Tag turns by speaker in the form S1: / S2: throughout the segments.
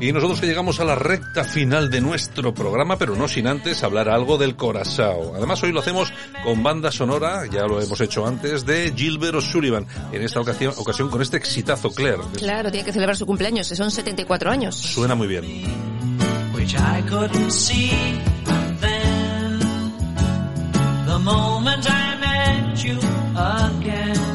S1: Y nosotros que llegamos a la recta final de nuestro programa, pero no sin antes hablar algo del Corazao. Además, hoy lo hacemos con banda sonora, ya lo hemos hecho antes, de Gilbert O'Sullivan. En esta ocasión, ocasión con este exitazo, Claire.
S2: Claro, tiene que celebrar su cumpleaños, son 74 años.
S1: Suena muy bien.
S3: which I couldn't see then. The moment I met you again.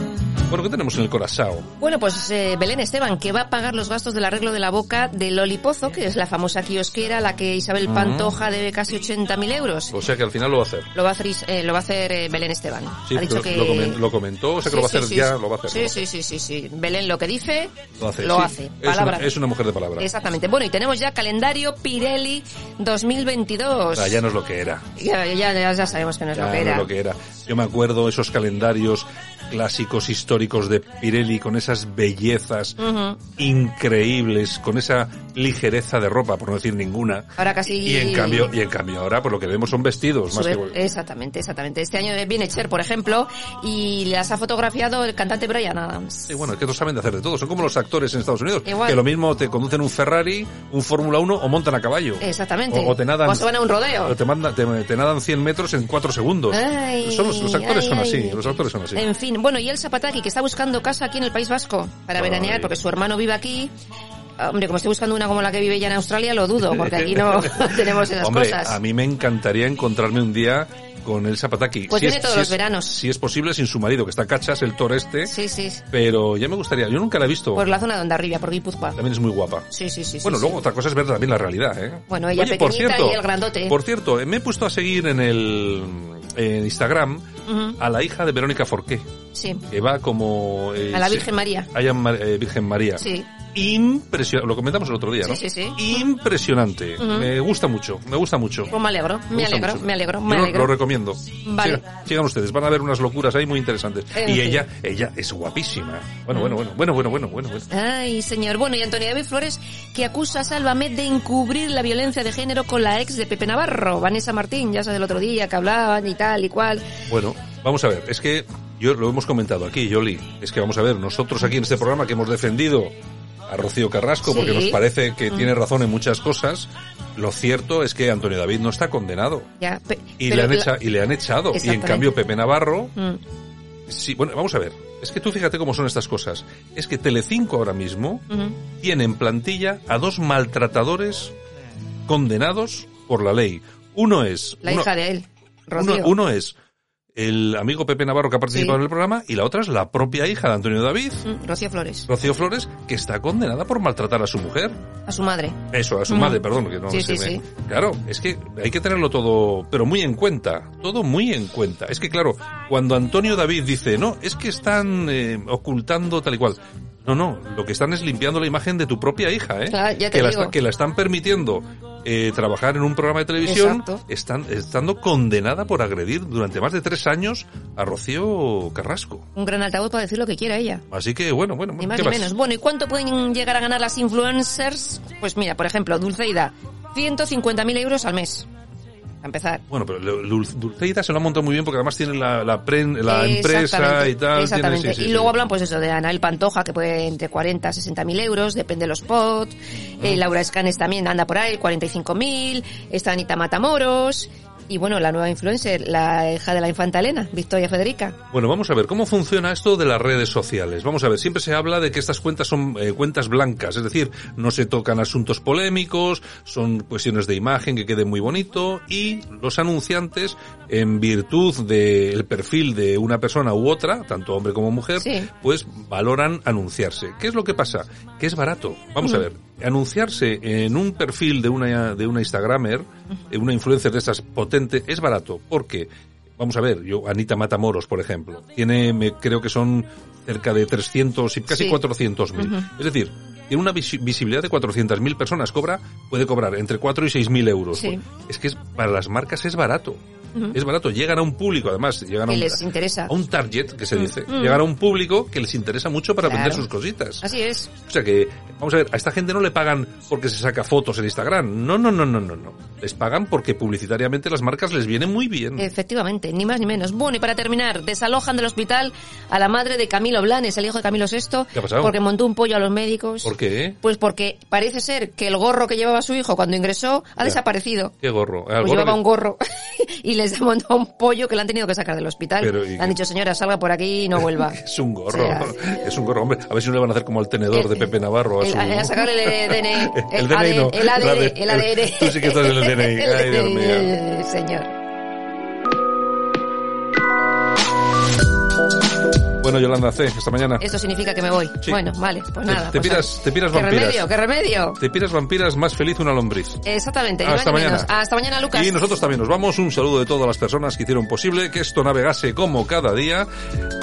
S1: Bueno, ¿qué tenemos en el Corazao?
S2: Bueno, pues eh, Belén Esteban, que va a pagar los gastos del arreglo de la boca de Lolipozo, que es la famosa kiosquera a la que Isabel
S1: Mm.
S2: Pantoja debe casi 80.000 euros.
S1: O sea que al final lo va a hacer.
S2: Lo va a hacer, Is- eh, lo va a hacer eh, Belén Esteban.
S1: Sí,
S2: ha dicho
S1: pero
S2: que...
S1: lo, comen- lo comentó, o sea que
S2: Sí,
S1: lo va a
S2: sí,
S1: hacer
S2: sí,
S1: ya,
S2: sí.
S1: lo va a hacer.
S2: Sí,
S1: lo
S2: sí, sí, sí, sí. Belén lo que dice,
S1: Lo hace. sí.
S2: hace.
S1: Es una,
S2: Palabra.
S1: es una mujer de palabra.
S2: Exactamente. Bueno, y tenemos ya calendario Pirelli 2022.
S1: Ah, ya no es lo que era.
S2: Ya, ya- ya- ya sabemos que no es
S1: Ya
S2: lo que
S1: no
S2: era.
S1: es lo que era. Yo me acuerdo esos calendarios clásicos históricos de Pirelli con esas bellezas
S2: Ujú.
S1: increíbles, con esa ligereza de ropa, por no decir ninguna.
S2: Ahora casi...
S1: Y en cambio, y en cambio ahora por lo que vemos son vestidos más
S2: Sube-
S1: que
S2: Exactamente, exactamente. Este año viene Cher, por ejemplo, y las ha fotografiado el cantante Brian Adams.
S1: Sí, bueno, es que estos saben de hacer de todo. Son como los actores en Estados Unidos.
S2: Igual.
S1: Que lo mismo te conducen un Ferrari, un Fórmula 1 o montan a caballo.
S2: Exactamente.
S1: O, o te nadan.
S2: O se van a un rodeo.
S1: o te, manda- te, te nadan 100 metros en 4 segundos.
S2: Ay,
S1: Son los, los actores
S2: ay,
S1: son
S2: ay.
S1: así. Los actores son así.
S2: En fin, bueno, y el Zapataki, que está buscando casa aquí en el País Vasco para
S1: Ay.
S2: veranear, porque su hermano vive aquí. Hombre, como estoy buscando una como la que vive ya en Australia, lo dudo, porque aquí no tenemos esas
S1: Hombre,
S2: cosas.
S1: a mí me encantaría encontrarme un día con el Zapataki.
S2: Pues viene todos los
S1: es-
S2: veranos.
S1: Si es posible, sin su marido, que está cachas, el toro este.
S2: Sí, sí,
S1: Pero ya me gustaría. Yo nunca la he visto.
S2: por la zona de Ondarribia, por Guipúzcoa.
S1: También es muy guapa.
S2: Sí, sí, sí. sí,
S1: Bueno,
S2: sí.
S1: luego otra cosa es ver también la realidad, ¿eh?
S2: Bueno, ella
S1: Oye, por
S2: pequeñita
S1: cierto,
S2: y él grandote.
S1: Por cierto, eh, me he puesto a seguir en el en Instagram
S2: Ujú,
S1: a la hija de Verónica Forqué,
S2: Sí,
S1: que va como... eh,
S2: a la
S1: se-
S2: Virgen María.
S1: a la Mar- eh, Virgen María.
S2: Sí.
S1: Impresionante. Lo comentamos el otro día, ¿no?
S2: Sí, sí, sí.
S1: Impresionante.
S2: Ujú.
S1: Me gusta mucho, me gusta mucho.
S2: Pues me alegro, me,
S1: gusta
S2: alegro,
S1: mucho.
S2: me
S1: Yo
S2: alegro, me
S1: lo-
S2: alegro.
S1: Lo recomiendo.
S2: Vale. Eh,
S1: Sigan, sigan ustedes, van a ver unas locuras ahí muy interesantes.
S2: En
S1: y
S2: fin.
S1: ella, ella es guapísima. Bueno, bueno, bueno, bueno, bueno, bueno, bueno. bueno.
S2: Ay, señor. Bueno, y Antonio David Flores, que acusa a Sálvame de encubrir la violencia de género con la ex de Pepe Navarro, Vanessa Martín, ya sabes, del otro día que hablaban y tal y cual.
S1: Bueno, vamos a ver, es que yo lo hemos comentado aquí, Yoli. Es que vamos a ver, nosotros aquí en este programa que hemos defendido a Rocío Carrasco
S2: Sí. Mm.
S1: porque nos parece que tiene razón en muchas cosas, lo cierto es que Antonio David no está condenado.
S2: Ya, pe-
S1: Y,
S2: pero
S1: le han,
S2: la-
S1: echa- y le han echado. Y en
S2: Exactamente.
S1: cambio Pepe Navarro,
S2: Mm,
S1: sí, bueno, vamos a ver. Es que tú fíjate cómo son estas cosas. Es que Telecinco ahora mismo
S2: ujú.
S1: tiene en plantilla a dos maltratadores condenados por la ley. Uno es...
S2: La
S1: uno-
S2: hija de él,
S1: uno,
S2: Rocío.
S1: uno es el amigo Pepe Navarro que ha participado
S2: Sí.
S1: en el programa y la otra es la propia hija de Antonio David,
S2: Mm, Rocío Flores,
S1: Rocío Flores, que está condenada por maltratar a su mujer.
S2: a su madre.
S1: Eso, a su
S2: Mm.
S1: madre, perdón, que no
S2: Sí,
S1: se
S2: sí,
S1: me-
S2: sí.
S1: Claro, es que hay que tenerlo todo, pero muy en cuenta, todo muy en cuenta. Es que claro, cuando Antonio David dice, no, es que están eh, ocultando tal y cual. No, no, lo que están es limpiando la imagen de tu propia hija, ¿eh?
S2: Claro, ya te
S1: que, la
S2: digo.
S1: está- que la están permitiendo eh, trabajar en un programa de televisión,
S2: Exacto.
S1: están, estando condenada por agredir durante más de tres años a Rocío Carrasco.
S2: Un gran altavoz para decir lo que quiera ella.
S1: Así que bueno, bueno,
S2: Ni
S1: bueno,
S2: más
S1: ¿qué
S2: ni
S1: más?
S2: menos. Bueno, ¿y cuánto pueden llegar a ganar las influencers? Pues mira, por ejemplo, Dulceida, 150.000 euros al mes. A empezar.
S1: Bueno, pero Lu- Lu- Dulceida se lo ha montado muy bien porque además tiene la, la, pren- la empresa
S2: Exactamente,
S1: y tal.
S2: Exactamente.
S1: tiene- sí, sí,
S2: y
S1: sí.
S2: luego hablan, pues eso, de Anael Pantoja, que puede entre 40 a 60 mil euros, depende de los pot.
S1: Ah.
S2: Eh, Laura Escanes también anda por ahí, 45 mil. Está Anita Matamoros. Y bueno, la nueva influencer, la hija de la infanta Elena, Victoria Federica.
S1: Bueno, vamos a ver cómo funciona esto de las redes sociales. Vamos a ver, siempre se habla de que estas cuentas son eh, cuentas blancas, es decir, no se tocan asuntos polémicos, son cuestiones de imagen que quede muy bonito y los anunciantes, en virtud del perfil de una persona u otra, tanto hombre como mujer,
S2: Sí.
S1: pues valoran anunciarse. ¿Qué es lo que pasa? Que es barato. Vamos a ver, anunciarse en un perfil de una de una Instagramer, eh, una influencer de esas potente, es barato. porque Vamos a ver, yo Anita Matamoros, por ejemplo, tiene, me, creo que son cerca de 300 y casi
S2: Sí.
S1: 400 mil. Es decir, tiene una visi- visibilidad de 400 mil personas. Cobra, puede cobrar entre 4 y 6 mil euros. Pues,
S2: Sí.
S1: Es que es- para las marcas es barato. es barato, llegan a un público, además, llegan a
S2: Que
S1: un,
S2: les interesa.
S1: a un target, que se dice, llegan a un público que les interesa mucho para vender
S2: Mm. Claro.
S1: sus cositas.
S2: Así es.
S1: O sea que, vamos a ver, a esta gente no le pagan porque se saca fotos en Instagram. No, no, no, no, no, no. Les pagan porque publicitariamente las marcas les vienen muy bien.
S2: Efectivamente, ni más ni menos. Bueno, y para terminar, desalojan del hospital a la madre de Camilo Blanes, el hijo de Camilo VI,
S1: ¿Qué ha pasado?
S2: porque montó un pollo a los médicos.
S1: ¿Por qué?
S2: Pues porque parece ser que el gorro que llevaba su hijo cuando ingresó ha
S1: Ya.
S2: desaparecido.
S1: ¿Qué gorro? Ah,
S2: Pues
S1: gorro
S2: llevaba
S1: que-
S2: un gorro y les ha montado un pollo que le han tenido que sacar del hospital.
S1: Pero, ¿y
S2: Le han
S1: qué?
S2: dicho, señora, salga por aquí y no vuelva.
S1: Es un gorro,
S2: O sea,
S1: es un gorro, hombre. A ver si no le van a hacer como al tenedor de Pepe Navarro. A
S2: Eh, el-
S1: su...
S2: a sacarle el DNI,
S1: El
S2: el
S1: DNI no.
S2: ADN, el ADN, el ADN.
S1: Tú sí que estás en el DNI. Ay, Dios mío.
S2: El Señor.
S1: Bueno, Yolanda C, esta mañana.
S2: Esto significa que me voy.
S1: Sí.
S2: Bueno, vale, pues
S1: Te-
S2: nada.
S1: te
S2: pues
S1: piras-
S2: nada.
S1: te piras
S2: ¿Qué
S1: vampiras.
S2: remedio? ¿Qué remedio?
S1: Te piras vampiras más feliz una lombriz.
S2: Exactamente. ni más
S1: Hasta
S2: ni
S1: mañana.
S2: menos. Hasta mañana, Lucas.
S1: Y nosotros también nos vamos. Un saludo de todas las personas que hicieron posible que esto navegase como cada día.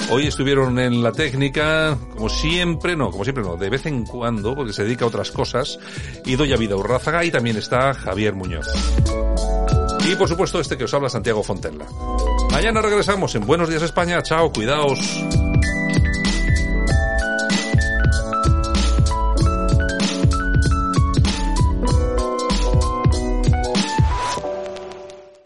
S1: Hoy estuvieron en la técnica, como siempre, no, como siempre no, de vez en cuando, porque se dedica a otras cosas. Y doy a vida Urrázaga y también está Javier Muñoz. Y por supuesto este que os habla Santiago Fontella. Mañana regresamos en Buenos Días España. Chao, cuidaos.